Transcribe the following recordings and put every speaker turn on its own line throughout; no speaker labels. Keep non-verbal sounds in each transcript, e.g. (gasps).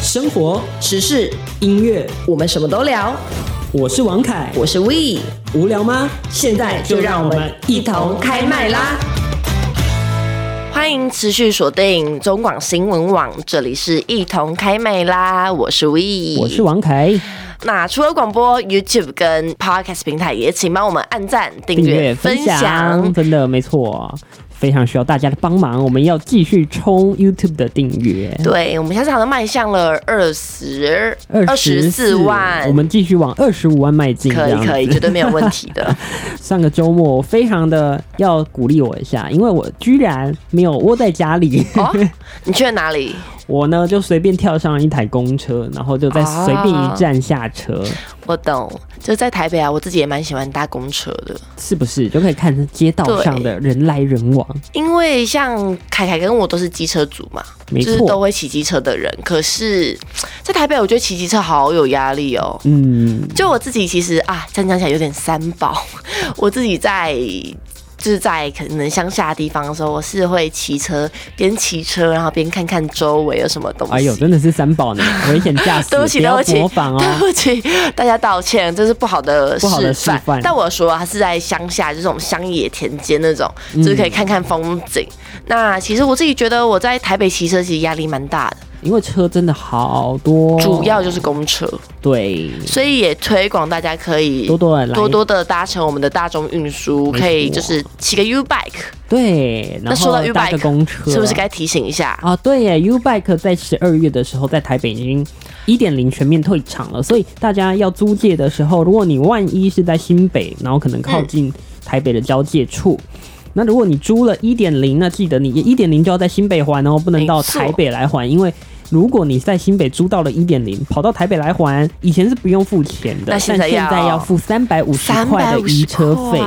生活，
时事，
音乐，
我们什么都聊。
我是王凯。
我是 We，
无聊吗？
现在就让我们一同开麦啦！欢迎持续锁定中广新闻网，这里是一同开麦啦，我是 We，
我是王凯，
那除了广播、YouTube 跟 Podcast 平台，也请帮我们按赞、订阅、分享。
真的没错，非常需要大家的帮忙。我们要继续冲 YouTube 的订阅，
对我们现在好像迈向了二十四万，
我们继续往二十五万迈进。
可
这
以
样
可以，
子
绝对没有问题 (laughs) 的。
上个周末我非常的要鼓励我一下，因为我居然没有窝在家里， (laughs)
哦，你去了哪里？
我呢就随便跳上一台公车，然后就在随便
啊
一站下车，
我懂，就在台北啊，我自己也蛮喜欢搭公车的。
是不是就可以看街道上的人来人往？
因为像凯凯跟我都是机车族嘛，
没
就是都
错，
会骑机车的人。可是，在台北，我觉得骑机车好有压力哦。
嗯，
就我自己其实啊，这样讲起来有点三宝。 (laughs) 我自己在就是在可能乡下的地方的时候，我是会骑车，边骑车然后边看看周围有什么东西。
哎呦，真的是三
(laughs)
宝呢，危险驾驶，
对不起，对
要
不起，
模仿哦。
(laughs) 对不起，大家道歉，这是不好的
不好的示范
但我说他是在乡下，就是这种乡野田间那种，
嗯
就是可以看看风景。那其实我自己觉得我在台北骑车其实压力蛮大的，
因为车真的好多，
主要就是公车，
对
所以也推广大家可
嗯
以
多多的来
多多的搭乘我们的大众运输，
没错
可以就是骑个 U bike，
对，然
那
后
说到
搭
U-bike，
个公车，
是不是该提醒一下？
啊，对耶，U Bike 在十二月的时候在台北已经一点零全面退场了，所以大家要租借的时候，如果你万一是在新北，然后可能靠近台北的交界处。那如果你租了一点零，那记得你一点零就要在新北还哦，不能到
没错
台北来还，因为如果你在新北租到了一点零，跑到台北来还，以前是不用付钱的，
那
但
现
现
在要
在要付三百五十块的移车费，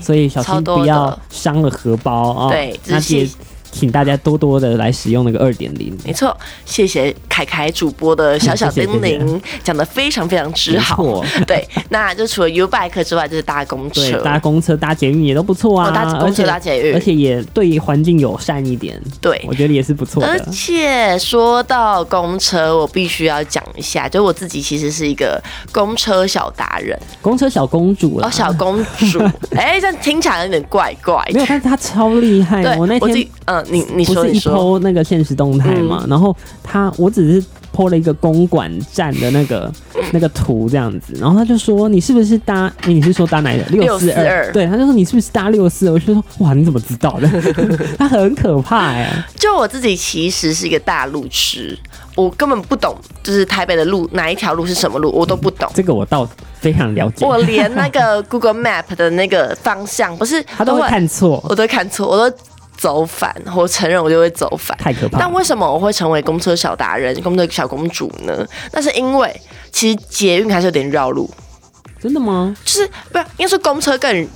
350
所以小
超
心
多
不要
的
伤了荷包啊、哦。
对
那
仔细
也请大家多多的来使用那个二点零。
没错，谢谢凯凯主播的小小叮
(laughs) 谢谢
咛，讲的非常非常之好
没错。
(laughs) 对，那就除了 U Bike 之外，就是搭公
对，
车。
搭公车、搭捷运也都不错啊，
哦搭公车
而且
搭捷运
而且也对环境友善一点，
对嗯
我觉得也是不错
而
的。
且说到公车，我必须要讲一下，就我自己其实是一个公车小达人，
公车小公主啊啦
哦，小公
(laughs)
主，哎、这样听起来有点怪怪
没有，
的。
但是她超厉害
对，，
我那
自
天
己，嗯，你你
不
说嗯
是
你
一
说，
偷那个现实动态嘛，然后他我只是剖了一个公馆站的那个
嗯
那个图这样子，然后他就说你是不是搭？诶你是说搭哪里的六四
642
对，他就说你是不是搭六四？我就说哇，你怎么知道
(laughs)
的？他很可怕哎、
就我自己其实是一个大路痴，我根本不懂，就是台北的路哪一条路是什么路，我都不懂。
这个我倒非常了解，
我连那
(laughs)
个 Google Map 的那个方向，不是
他都会，看错，
我都会看错，我都走反。我承认我就会走反。
太可怕
但
了。
为什么我会成为公车小达人、公车小公主呢？那是因为其实捷运还是有点绕路，
真的吗？
就是不是应该说公车更。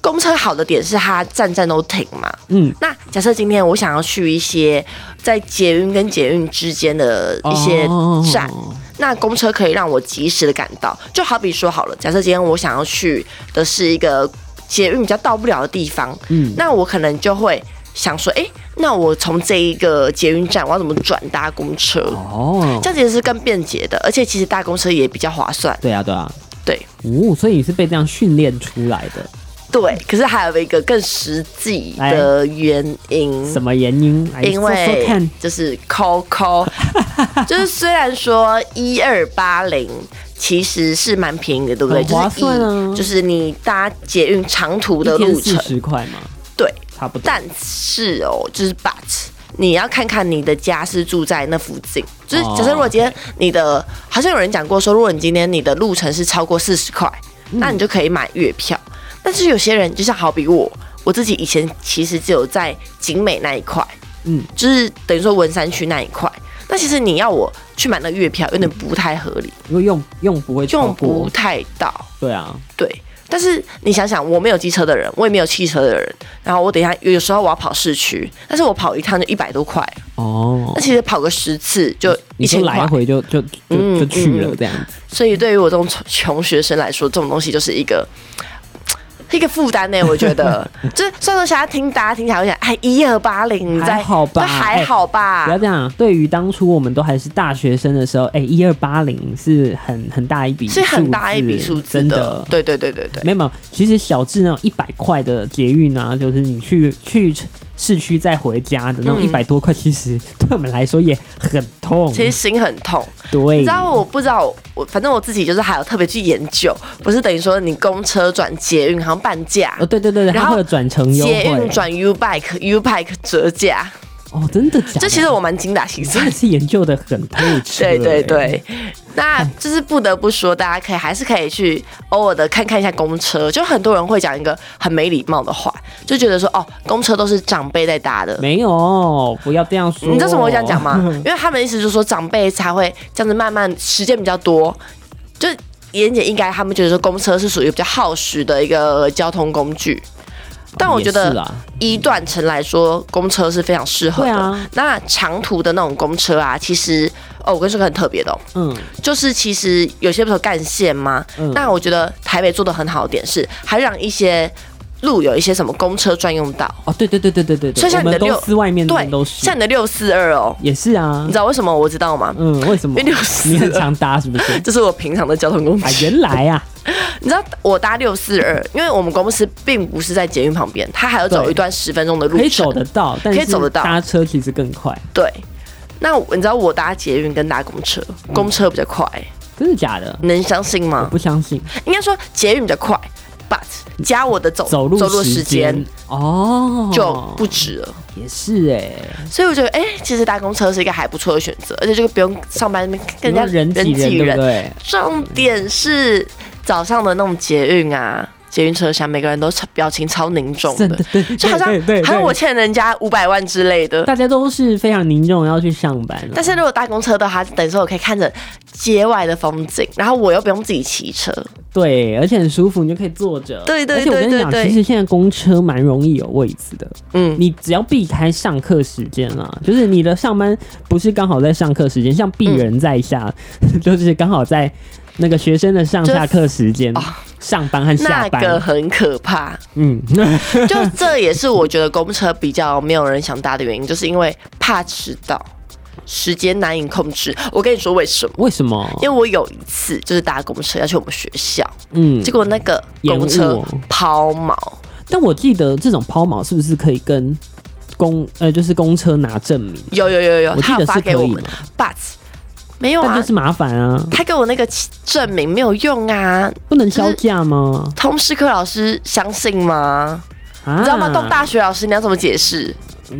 公车好的点是它站站都停嘛。
嗯，
那假设今天我想要去一些在捷运跟捷运之间的一些
哦
站，那公车可以让我及时的赶到，就好比说好了，假设今天我想要去的是一个捷运比较到不了的地方，
嗯
那我可能就会想说，诶，那我从这一个捷运站，我要怎么转搭公车？
哦
这，样其实是更便捷的，而且其实搭公车也比较划算。
对啊，对啊，
对
哦，所以你是被这样训练出来的？
对，可是还有一个更实际的原因，
哎什么原因？来
因
说说
为
看，
就是抠
(laughs)
抠，就是虽然说一二八零其实是蛮便宜的，对不对？
很划算啊
就是以就是你搭捷运长途的
一天
路程
四，十块嘛，
对。
差不多。
但是哦，就是 but 你要看看你的家是住在那附近，就是
哦
假设如果今天你的、好像有人讲过说，如果你今天你的路程是超过四十块，
嗯
那你就可以买月票。但是有些人就像好比我，我自己以前其实只有在景美那一块，
嗯，
就是等于说文山区那一块。那其实你要我去买那个月票，有点不太合理，
因为用用不会超过
用不，太到。
对啊，
对，但是你想想，我没有机车的人，我也没有汽车的人，然后我等一下有时候我要跑市区，但是我跑一趟就一百多块，
哦
那，其实跑个十次就一
你说
千
来
块，
回就就
嗯
就就
啊
去了这样子，
所以对于我这种穷穷学生来说，这种东西就是一个。一个负担呢、我觉
(laughs)
得，就是虽然说现在听大家听起来会想，哎，一二八零，你在
还好吧哎
这还好吧
不要，这样，对于当初我们都还是大学生的时候，哎、1一二八零是很很大一笔，
是很大一笔数字
真
的
的。，
对对对对对，
没有没有，其实小至那种一百块的捷运啊，就是你去去市区再回家的那种
嗯
一百多块，其实对我们来说也很痛。
其实心很痛。
对
你知，道我不知道，我反正我自己就是还有特别去研究，不是等于说你公车转捷运好像半价
哦，，对对对对，
然
它
后
会有转乘优
捷运
惠。
转 U Bike U Bike 折价，
哦，真的假的？
这其实我蛮精打细
真
算
的 (laughs) 是研究的很透彻、
(laughs) 对对
哎，
对，那就是不得不说，大家可以还是可以去偶尔的看看一下公车，就很多人会讲一个很没礼貌的话，就觉得说哦，公车都是长辈在搭的。
没有，不要这样说。
你知道为什么会这样讲
(laughs)
吗？因为他们的意思就是说长辈才会这样子慢慢时间比较多，就言简意赅，他们觉得说公车是属于比较耗时的一个交通工具。但我觉
哦也
得
是啦
一段程来说，公车是非常适合
对
的。
啊
那长途的那种公车啊，其实哦，我跟你说个很特别的、哦，
嗯，
就是其实有些不是有干线吗？
嗯
那我觉得台北做的很好的点是，还让一些路有一些什么公车专用道，
哦，对对对对对对对，
所以像
我
你的
们
六
公司外面的
对
人都，是，
像你的六四二哦，
也是啊
你知，道为什么我知道吗？
嗯，为什么？
因为64
你很常搭是不是？
这是我平常的交通工具
啊，。原来
(laughs)
啊，
你知道我搭六四二，因为我们公司并不是在捷运旁边，它还要走
对
一段十分钟的路
可以
程
走。得到，但
以
是
走得到
搭车其实更快，
对，那我你知道我搭捷运跟搭公车，
嗯
公车比较快，
真的假的？
能相信吗？
不相信，
应该说捷运比较快，but 加我的走
走路
时间
哦，
就不止了。
也是哎、
所以我觉得，哎、其实搭公车是一个还不错的选择，而且这个不用上班那边跟人家
人挤人
挤
对不对？
重点是早上的那种捷运啊，捷运车厢每个人都超表情超凝重
真
的
的，对，
就好像
对对对
好像我欠人家五百万之类的。
大家都是非常凝重要去上班、啊，
但是如果搭公车的话，等于说我可以看着街外的风景，然后我又不用自己骑车，
对，而且很舒服，你就可以坐着。
对对
而且我跟你
对
讲，
对对
其实现在公车蛮容易有位子的，
嗯，
你只要避开上课时间啊，就是你的上班不是刚好在上课时间，像鄙人在下， (laughs) 就是刚好在那个学生的上下课时间、上班和
哦那
下班。
个很可
(laughs)
怕。
嗯，
就这也是我觉得公车比较没有人想搭的原因，就是因为怕迟到，时间难以控制。我跟你说为什么？
为什么？
因为我有一次就是搭公车要去我们学校，
嗯
结，果那个公
延
车
误哦
抛锚，
但我记得这种抛锚是不是可以跟公呃，就是公车拿证明？
有有有有，
我记
他有
得
发
是
给
可
我
以
们
的，
，but 没有
但
啊
就，是麻烦啊，
他给我那个证明没有用啊。
不能销价吗？
通识课老师相信吗？
啊，
你知道吗？动大学老师你要怎么
(laughs)
解释？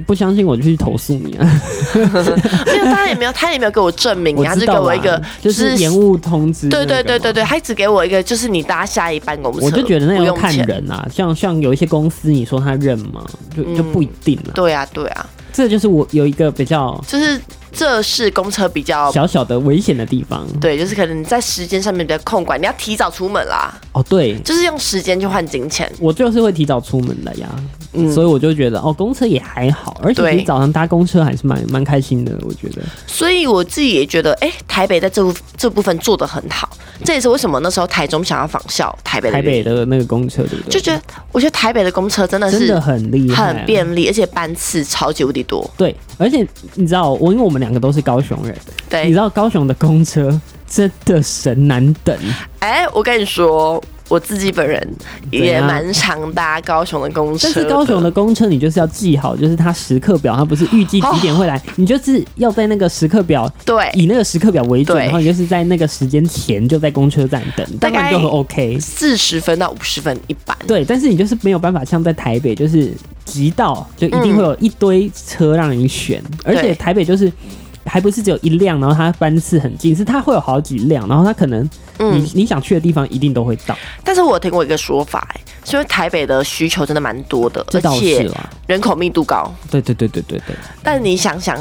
不相信我就去投诉你啊！
没有，他也没有，他也没有给我证明
我
啊，他
知
就给
道
我一
啦
个
就是延误通知那
对
个嘛。
对对对对，他只给我一个，就是你搭下一班公车，
我就觉得那
不
要
用
看
钱。
人啊，像像有一些公司，你说他认吗？就就不一定了。
嗯对啊，对啊，
这就是我有一个比较
就是这是公车比较
小小的危险的地方。
对，就是可能你在时间上面比较控管，你要提早出门啦，
哦，对，
就是用时间去换金钱。
我就是会提早出门的呀，
嗯
所以我就觉得哦，公车也还好，而且
对
其实早上搭公车还是蛮蛮开心的，我觉得。
所以我自己也觉得，哎、台北在这部这部分做得很好，这也是为什么那时候台中想要仿效台北的
台
原因，
北的那个公车，对不对？
就觉得我觉得台北的公车真的
真
是
的很厉害、啊
很。便利，而且班次超级无敌多。
对，而且你知道，我因为我们两个都是高雄人，你
对
知，道高雄的公车真的神难等。
哎、我跟你说。我自己本人也
怎样
蛮常搭高雄的公车
但
的，
是高雄的公车，你就是要记好，就是它时刻表，它不是
(gasps)
预计几点会来，你就是要在那个时刻表，
对
以那个时刻表为准，
哎对
然后你就是在那个时间前就在公车站等，
大
当
概
然就很 OK。
四十分到五十分一班，
对，但是你就是没有办法像在台北，就是急到就一定
嗯
会有一堆车让你选，而且台北就是。还不是只有一辆，然后它班次很近，是它会有好几辆，然后它可能你、
嗯。
你想去的地方一定都会到，
但是我有听过一个说法、哎，是因为台北的需求真的蛮多的，
这
而
倒是哦
且
啦。
人口密度高。
对对对对对对，
但你想想，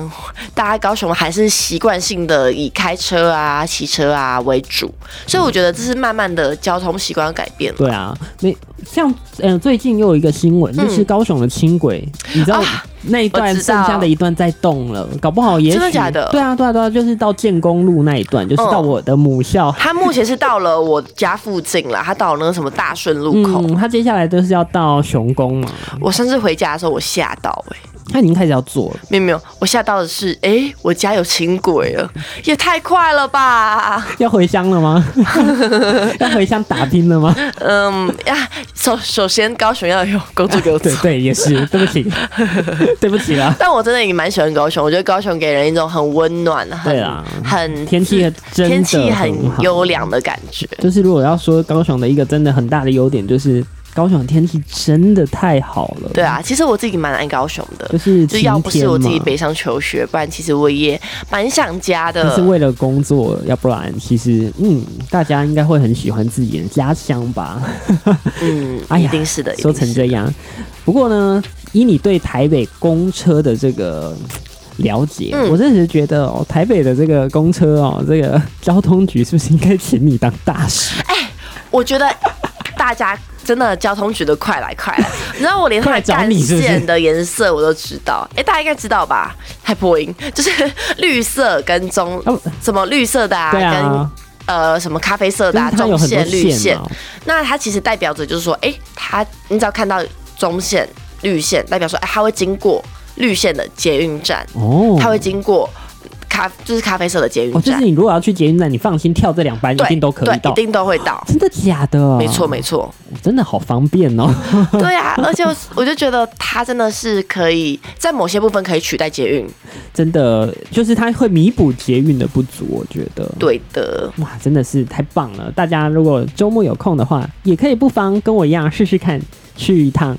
大家高雄还是习惯性的以开车啊、骑车啊为主，所以我觉得这是慢慢的交通习惯改变了。
对啊，没像嗯、呃最近又有一个新闻，就是高雄的轻轨，你知道、
啊
那一段
我知道
剩下的一段在动了，搞不好也许
真的假的
对啊，对啊，对啊，就是到建工路那一段，就是
嗯
到我的母校。
他目前是到了我家附近了，他到了那个什么大顺路口。
嗯，他接下来就是要到雄宫嘛，
我上次回家的时候，我吓到哎、欸
他已经开始要做了。
没有没有，我吓到的是，哎、我家有轻轨了，也太快了吧！ (laughs)
要回乡了吗？要回乡打拼了吗？
嗯呀，首首先高雄要有工作给我
(laughs)
做
对，对，也是，对不起，对不起啦。
但我真的也蛮喜欢高雄，我觉得高雄给人一种很温暖、
对
很
啦，
很
天气真的
天气很
很好
优良的感觉。
就是如果要说高雄的一个真的很大的优点，就是高雄的天气真的太好了。
对，啊，其实我自己蛮爱高雄的，
就是
就
晴
要不是
嗯天
我自己
嘛
北呃上求学，不然其实我也蛮想家
但
的
是。为了工作，要不然其实嗯，大家应该会很喜欢自己的家乡吧？
嗯，
哎
一
呀
定是的，一
说
定
成
是的。
这样，不过呢，以你对台北公车的这个嗯了解，
嗯
我真的是觉得哦，台北的这个公车哦，这个交通局是不是应该请你当大使？
我觉得大家真的交通局的快来快
(laughs)
来，你知道我连它的
快来找
干
你是不是
线的颜色我都知道，哎、大家应该知道吧？还破音， (laughs) 就是绿色跟棕，
哦，
什么绿色的啊，
对啊，
跟呃什么咖啡色的、
但
啊、
是它有
中
很多
线、绿
线
线
嘛，，
那它其实代表着就是说，哎、它你只要看到中线、绿线，代表说，哎、它会经过绿线的捷运站，
哦，
它会经过咖就是咖啡色的捷运
哦，就
站，
是你如果要去捷运站，你放心跳这两班，一
对，
定都可以
对，
到嗯
一。定都会到。
真的假的？
没错，
(laughs)
没错，
真的好方便哦。 (laughs)
对啊，而且我我就觉得它真的是可以在某些部分可以取代捷运，
真的就是它会弥补捷运的不足，我觉得。
对的，
哇，真的是太棒了！大家如果周末有空的话，也可以不妨跟我一样试试看，去一趟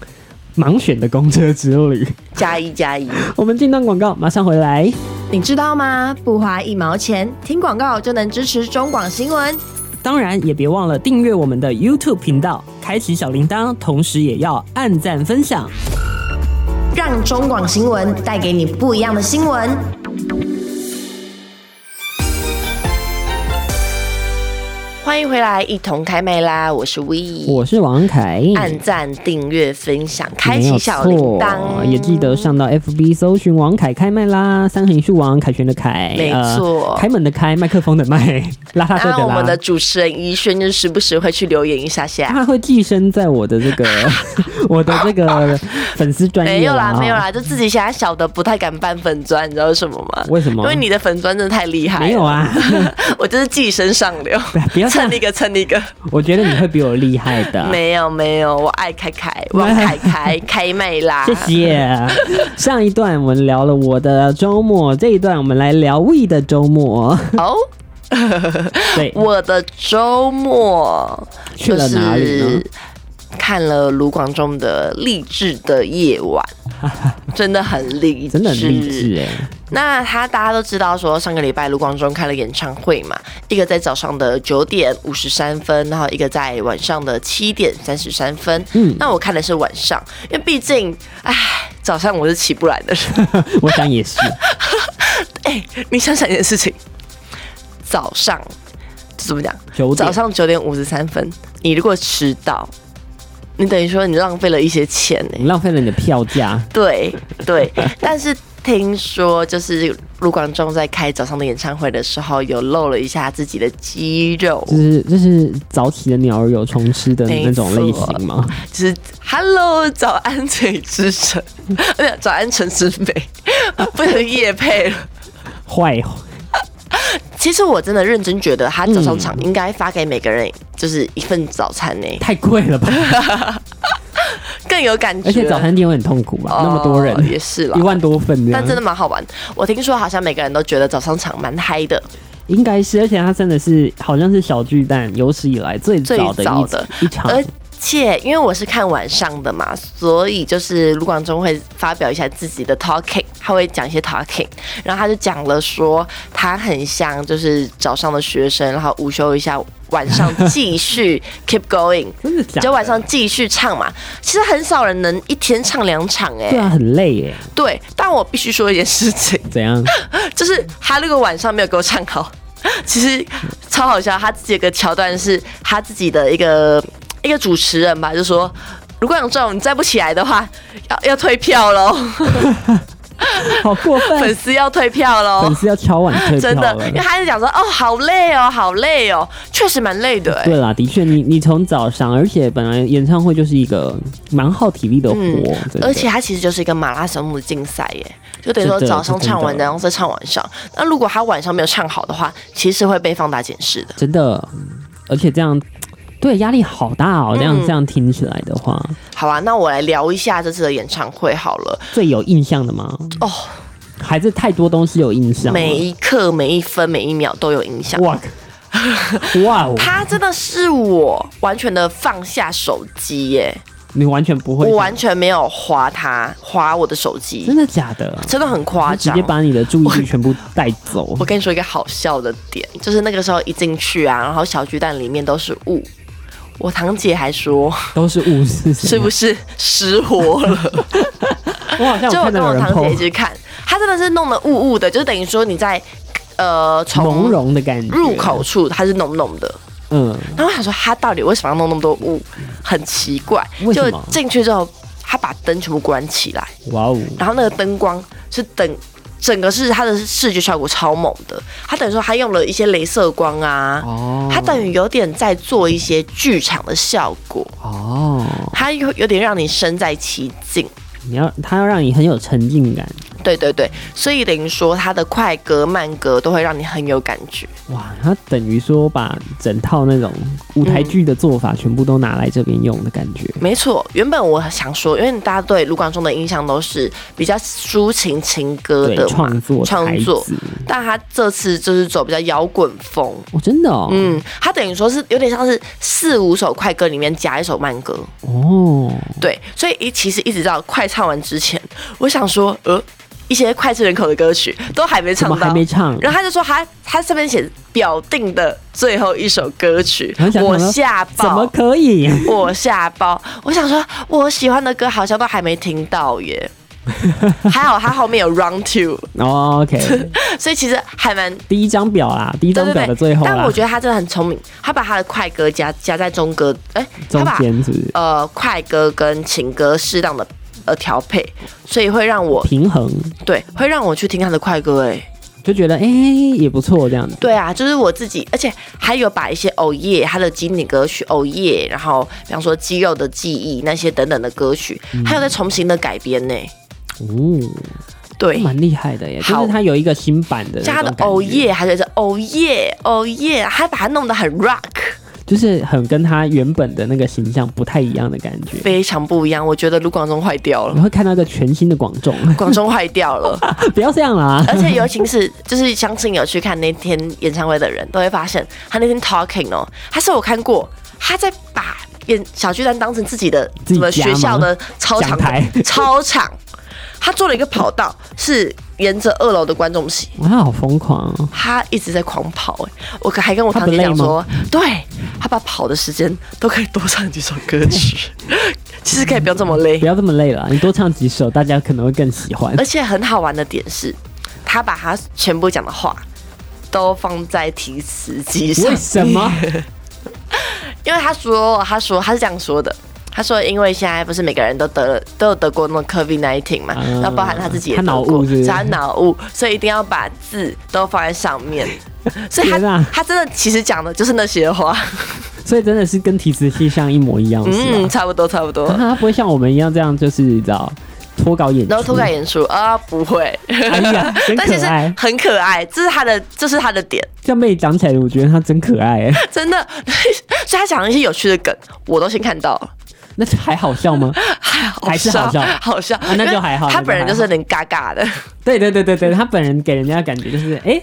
盲选的公车之旅。 (laughs)
加一加一。
我们进段广告，马上回来。
你知道吗？不花一毛钱，听广告就能支持中广新闻。
当然，也别忘了订阅我们的 YouTube 频道，开启小铃铛，同时也要按赞分享。
让中广新闻带给你不一样的新闻。
欢迎回来，一同开麦啦！我是 V，
我是王凯，
按赞、订阅、分享，开
没有
启小铃
错
铛，
也记得上到 FB 搜寻王凯开麦啦，三横一竖王凯旋的凯，
没错
呃开门的开，麦克风的麦，邋遢队的
然
啦。
啊后我们的主持人怡轩就时不时会去留言一下下。
他会寄生在我的这
(laughs)
个我的这个粉丝专业
没有啦，没有
哈，
啦，就自己现在小的不太敢办粉砖，你知道为什么吗？
为什么
因为你的粉砖真的太厉害。
没有，啊，
(laughs) 我就是寄生上 (laughs) 流。
不要这样
蹭，一个蹭一个，
我觉得你会比我厉害的。
没有啊没有，我爱开开，王凯 (laughs) 开开麦啦。
谢谢。上一段我们聊了我的周末，这一段我们来聊 We 的周
(laughs)
末。
哦，
对，
我的周末
去了哪里呢？
就是看了卢广仲的《励志的
(laughs)
夜晚》，真的很励志，
真的很励志哎。
那他大家都知道，说上个礼拜卢广仲开了演唱会嘛，一个在早上的九点五十三分，然后一个在晚上的七点三十三分。
嗯
嗯，那我看的是晚上，因为毕竟，唉，早上我是起不来的人。 (laughs)
我想也是，
哎、你想想一件事情，早上怎么讲？
九
早
点
上九点五十三分，你如果迟到，你等于说你浪费了一些钱呢、
你浪费了你的票价。
对对， (laughs) 但是听说就是卢广仲在开早上的演唱会的时候，有露了一下自己的肌肉，
就是就是早起的鸟儿有虫吃的那种类
没错
型吗？
就是 “Hello 早安嘴之城”， (laughs) 没有早安城之美， (laughs) 不能夜配了。
坏
其实我真的认真觉得，他早上
嗯
场应该发给每个人就是一份早餐呢、
太贵
(laughs)
了吧？
更有感觉。
而且早餐店会很痛苦吧？那么多人
啊哦，也是啦
一。万多份这样，
但真的蛮好玩，我听说好像每个人都觉得早上场蛮嗨的，
应该是，而且它真的是好像是小巨蛋有史以来最早的一
最早的
一场，
而且因为我是看晚上的嘛，所以就是卢广仲会发表一下自己的 talking，他会讲一些 talking，然后他就讲了说他很像就是早上的学生，然后午休一下，晚上继续 (laughs) keep going，
真的假的？
就晚上继续唱嘛。其实很少人能一天唱两场哎、
对啊，很累耶，
对，但我必须说一件事情，
怎
(laughs)
样？
就是他那个晚上没有给我唱好， (laughs) 其实超好笑。他自己有个桥段是他自己的一个一个主持人吧，就说。如果杨总你再不起来的话，要要退票
(laughs)
喽，
好过
粉
分，
丝要退票喽
粉。丝要敲碗退票
真的，
了
因为。他是讲说，哦，好累哦，好累哦，确实蛮累的、哎。
(laughs) 对啦，的确，你你从早上，而且本来演唱会就是一个蛮耗体力的活，
嗯
真的
而且它其实就是一个马拉松的竞赛耶，就等于说
真的
早上
是真的
唱完，然后再唱晚上。那如果他晚上没有唱好的话，其实会被放大检视的。
真的，而且这样，对压力好大
嗯
哦。这样、这样听起来的话，
好吧，那我来聊一下这次的演唱会好了。
最有印象的吗？
哦，
还是太多东西有印象吗？
每一刻、每一分、每一秒都有影响。
哇，哇哦，
他真的是我完全的放下手机耶，
你完全不会，
我完全没有划它，划我的手机
真，的假的？
真的很夸
他直
张
接。把你的注意力全部带走
我，跟你说一个好笑的点，就是那个时候一进去啊，然后小巨蛋里面都是雾。我堂姐
(laughs)
还说，
都是误事，
是不是失火
(laughs)
了？
我好像
就
有看
我跟
到有
我
人
堂姐一
po
起看，她真的是弄得雾雾的，就是等于说你在
朦
呃从
胧的感觉，
入口，处它是浓浓的，
嗯，
然后我想说她到底为什么要弄那么多雾，很奇怪。
为什
就
么
进去之后，她把灯全部关起来，
哇哦，
然后那个灯光是等整个是它的视觉效果超猛的，她等于说她用了一些镭射光啊，
哦，
她等于有点在做一些剧场的效果，
哦，
它有有点让你身在其境。
你要他要让你很有沉浸感，
对对对，所以等于说它的快歌、慢歌都会让你很有感觉。
哇，他等于说把整套那种舞台剧的做法全部都拿来这边用的感觉，
没错，原本我想说，因为大家对卢广仲的印象都是比较抒情情歌
对
的，嘛，
创作
创
才
作
子，
但他这次就是走比较摇滚风。
哦，真的哦，
嗯，他等于说是有点像是四五首快歌里面夹一首慢歌，
哦，
对，所以一其实一直到快唱完之前，我想说，呃，一些脍炙人口的歌曲都还没
怎
唱
么
到，
还没唱？
然后他就说他他上面写表定的最后一首歌曲
很，想
我
想说
吓
怎么
爆，
可以？
我吓爆，我想说我喜欢的歌好像都还没听
(laughs)
到耶。还好他后面有 round two，
(laughs) 哦，OK，
所以其实还蛮
第一张表啦，第一
对
张
对
表的最
对。
后啦，
但我觉得他真的很聪明，他把他的快歌夹夹在中歌，哎、他
中
把
间是不是
呃快歌跟情歌适当的呃调配，所以会让我
平衡，
对会让我去听他的快歌哎、
就觉得哎、也不错这样子。
对啊，就是我自己，而且还有把一些哦耶，他的经典歌曲哦耶，然后比方说肌肉的记忆那些等等的歌曲，嗯还有在重新的改编呢。
哦，
对，
蛮厉害的耶，就
好
是它有一个新版的，
加的哦，耶，还有是哦耶哦耶，还把它弄得很 rock，
就是很跟他原本的那个形象不太一样的感觉。
非常不一样。我觉得卢广仲坏掉
你
了，
会看到一个全新的广众， (laughs)
广仲坏掉了，
不要这样啦！
(laughs) 而且尤其是就是相信有去看那天演唱会的人都会发现，他那天 talking 哦，他是我看过他在把演小巨蛋当成自己的
自己
什么
家
学校
吗
的操场
讲台
(laughs) 操场，他做了一个跑道，是沿着二楼的观众席，
哇，好疯狂哦！
他一直在狂跑、欸，我可还跟我
他
堂
不
姐讲
累吗
说，对他把跑的时间都可以多唱几首歌曲， (laughs) 其实可以不用这么累
不。要这么累了，你多唱几首，大家可能会更喜欢
(laughs) 而。且很好玩的点是，他把他全部讲的话都放在提词机上
为。什么？
(laughs) 因为他说，他说他是这样说的。他说：“因为现在不是每个人都得了，都有得过那个 COVID 1 9嘛，
嗯
那、包含他自己也
他
得
脑雾
过，
是不
所
是
以他脑雾，所以一定要把字都放在上
(laughs)
面。所以他、
天啊
他真的其实讲的就是那
(laughs)
些话，
所以真的是跟提词器像一模一样，是
嗯，
吧？
差不多差
(laughs)
不多。
他不会像我们一样这样，就是你知道脱稿演出，
然后涂改演出啊，不会，
哎呀，真
(laughs) 但其
可
实
爱！
很可爱，这是他的，这是他的点，
这样被你讲起来，我觉得他真可爱。哎
真的。 (laughs) 所以他讲一些有趣的梗，我都先看到了。”
那还好笑吗？ (laughs) 还是好笑
好笑，
啊那就还好
因为
那就还
他
好
本人就是有点尬尬的。 (laughs)
对对对对对，他本人给人家的感觉就是，哎、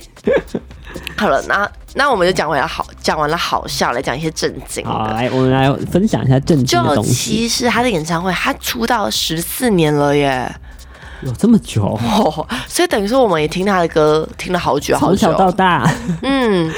好了，那那我们就讲回来好，讲完了好笑，来讲一些正经
好，啊
的。
来我们来分享一下正经的
就
东西。
其实他的演唱会，他出道十四年了耶，
有这么久，
哦，所以等于说我们也听他的歌听了好久好
从
久
小。到大，
嗯，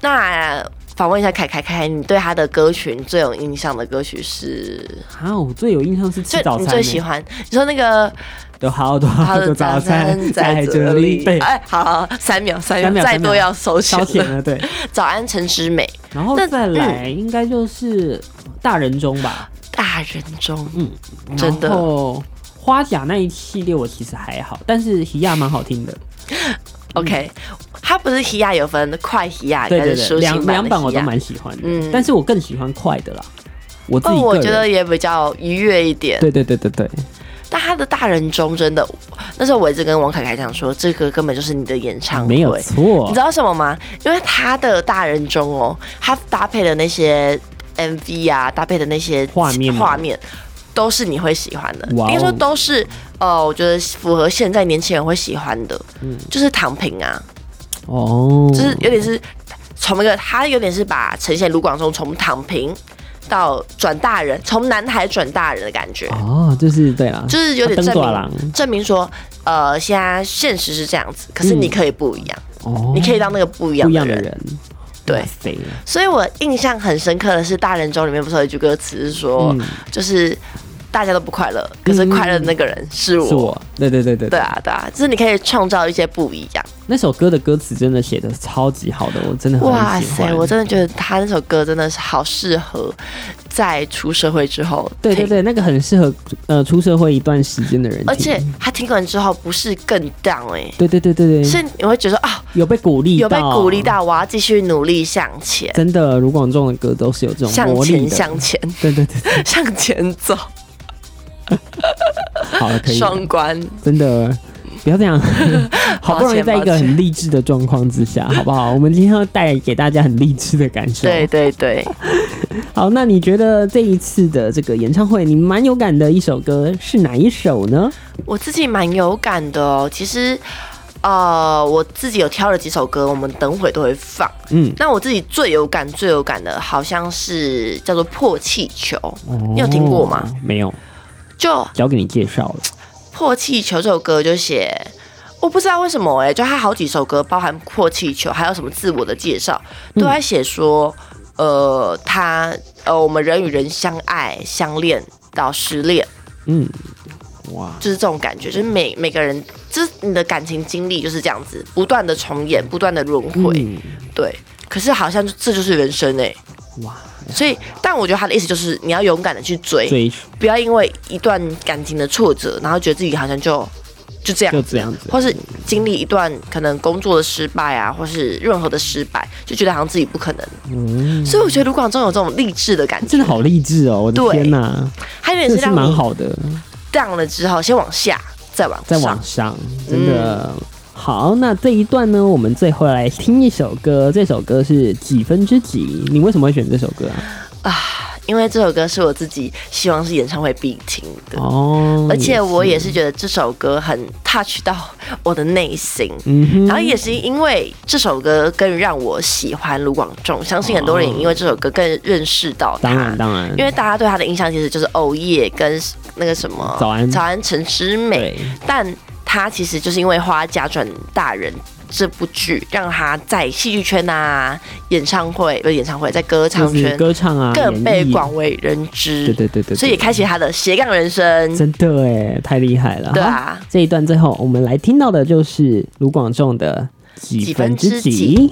那访问一下凯凯凯，你对他的歌曲你最有印象的歌曲是？
啊，我最有印象是吃
最
早餐、
你
欸，
最喜欢？你说那个
有好
(laughs)
多好多早餐在这里，对，
哎，好好，三秒，三
三秒
秒，再
三秒
多要 (laughs) 收钱
消遣
了。
了，对。
早安，陈之美，
然后
那嗯
再来应该就是大人中吧，
大大人中，
嗯，
真的
然后花甲那一系列我其实还好，但是喜亚蛮好听的，
OK，它不是西亚有分快西亚
对
跟
对
啊抒
对，
情
两
版
两
的
版我
西
都
亚。
蛮喜欢的，
嗯
但是我更喜欢快的啦，我自
哦，
己
我
个
觉
人，
得也比较愉悦一点，
对对对对对，
但他的大人中真的，那时候我一直跟王凯凯讲说，这个根本就是你的演唱会，
没有
你
错
知，道什么吗？因为他的大人中哦，他搭配的那些 MV 啊，搭配的那些
画面吗
画面。都是你会喜欢的，应
哇哦
该说都是呃，我觉得符合现在年轻人会喜欢的，
嗯
就是躺平啊，
哦，
就是有点是从一个他有点是把呈现卢广仲从躺平到转大人，从男孩转大人的感觉，
哦，就是对啦，
就是有点
灯
证
爪
明
郎
证明说，呃，现在现实是这样子，可是
嗯
你可以不一样，
哦，
你可以当那个不一
不
样
一
的
样的
人。
人，
对
哇塞，
所以我印象很深刻的是，《大人中》里面不是有一句歌词是说，
嗯
就是大家都不快乐，可是快乐的那个人是我。
是我，对对对对
对啊，对啊，就是你可以创造一些不一样。
那首歌的歌词真的写的超级好的，我真的很
哇
喜欢。
塞，我真的觉得他那首歌真的是好适合在出社会之后
对对
听，
对，那个很适合呃出社会一段时间的人听，
而且他听完之后不是更 down 哎、
对对对对对，
是你会觉得啊，
有被鼓励，
有被鼓励。到，我要继续努力向前，
真的，卢广仲的歌都是有这种
向
魔力
前，
的。
向前，
对对对，
向前走，
对好了，可以哦了，
双关。
真的。不要这
(laughs)
样，好不容易
抱歉
在一个很励志的状况之下，好不好？我们今天要带给大家很励志的感受。
对对对，
好，那你觉得这一次的这个演唱会，你蛮有感的一首歌是哪一首呢？
我自己蛮有感的哦。其实，呃，我自己有挑了几首歌，我们等会都会放。
嗯，
那我自己最有感、最有感的，好像是叫做《破气球》，你有听过吗？
哦？没有，
就
交给你介绍了。
破气球这首歌就写，我不知道为什么哎、就他好几首歌，包含破气球，还有什么自我的介绍，都在写说，呃，他呃，我们人与人相爱、相恋到失恋，
嗯，哇，
就是这种感觉，就是每每个人，就是你的感情经历就是这样子，不断的重演，不断的轮回，
嗯
对。可是好像就这就是人生哎、
哇，
所以，但我觉得他的意思就是你要勇敢的去追，
追
不要因为一段感情的挫折，然后觉得自己好像就就这样
就这样子，
或是经历一段可能工作的失败啊，或是任何的失败，就觉得好像自己不可能。
嗯，
所以我觉得卢广仲有这种励志的感觉，
真的好励志哦！我的
对
天哪、
他有点
真的
是
是
让
蛮
你
好的，
down 了之后，先往下，再往
在
上。
网上真的。
嗯
好，那这一段呢，我们最后来听一首歌，这首歌是几分之几？你为什么会选这首歌啊？
因为这首歌是我自己希望是演唱会必听的，
哦，
呃而且我也是觉得这首歌很 touch 到我的内心。
嗯哼，
然后也是因为这首歌更让我喜欢卢广仲，相信很多人也因为这首歌更认识到他。
当然当然，
因为大家对他的印象其实就是哦耶跟那个什么
早安
早安陈之美，
对，
但他其实就是因为《花甲转大人》这部剧，让他在戏剧圈啊、演唱会不是演唱会，在歌
就
唱
是
圈
歌唱啊，
更被
演绎
广为人知，
对对对对，
所以也开启他的斜杠人生。
真的哎，太厉害了。
对
好
啊，
这一段最后我们来听到的就是卢广仲的《几
几
分
分
之
之
几》
几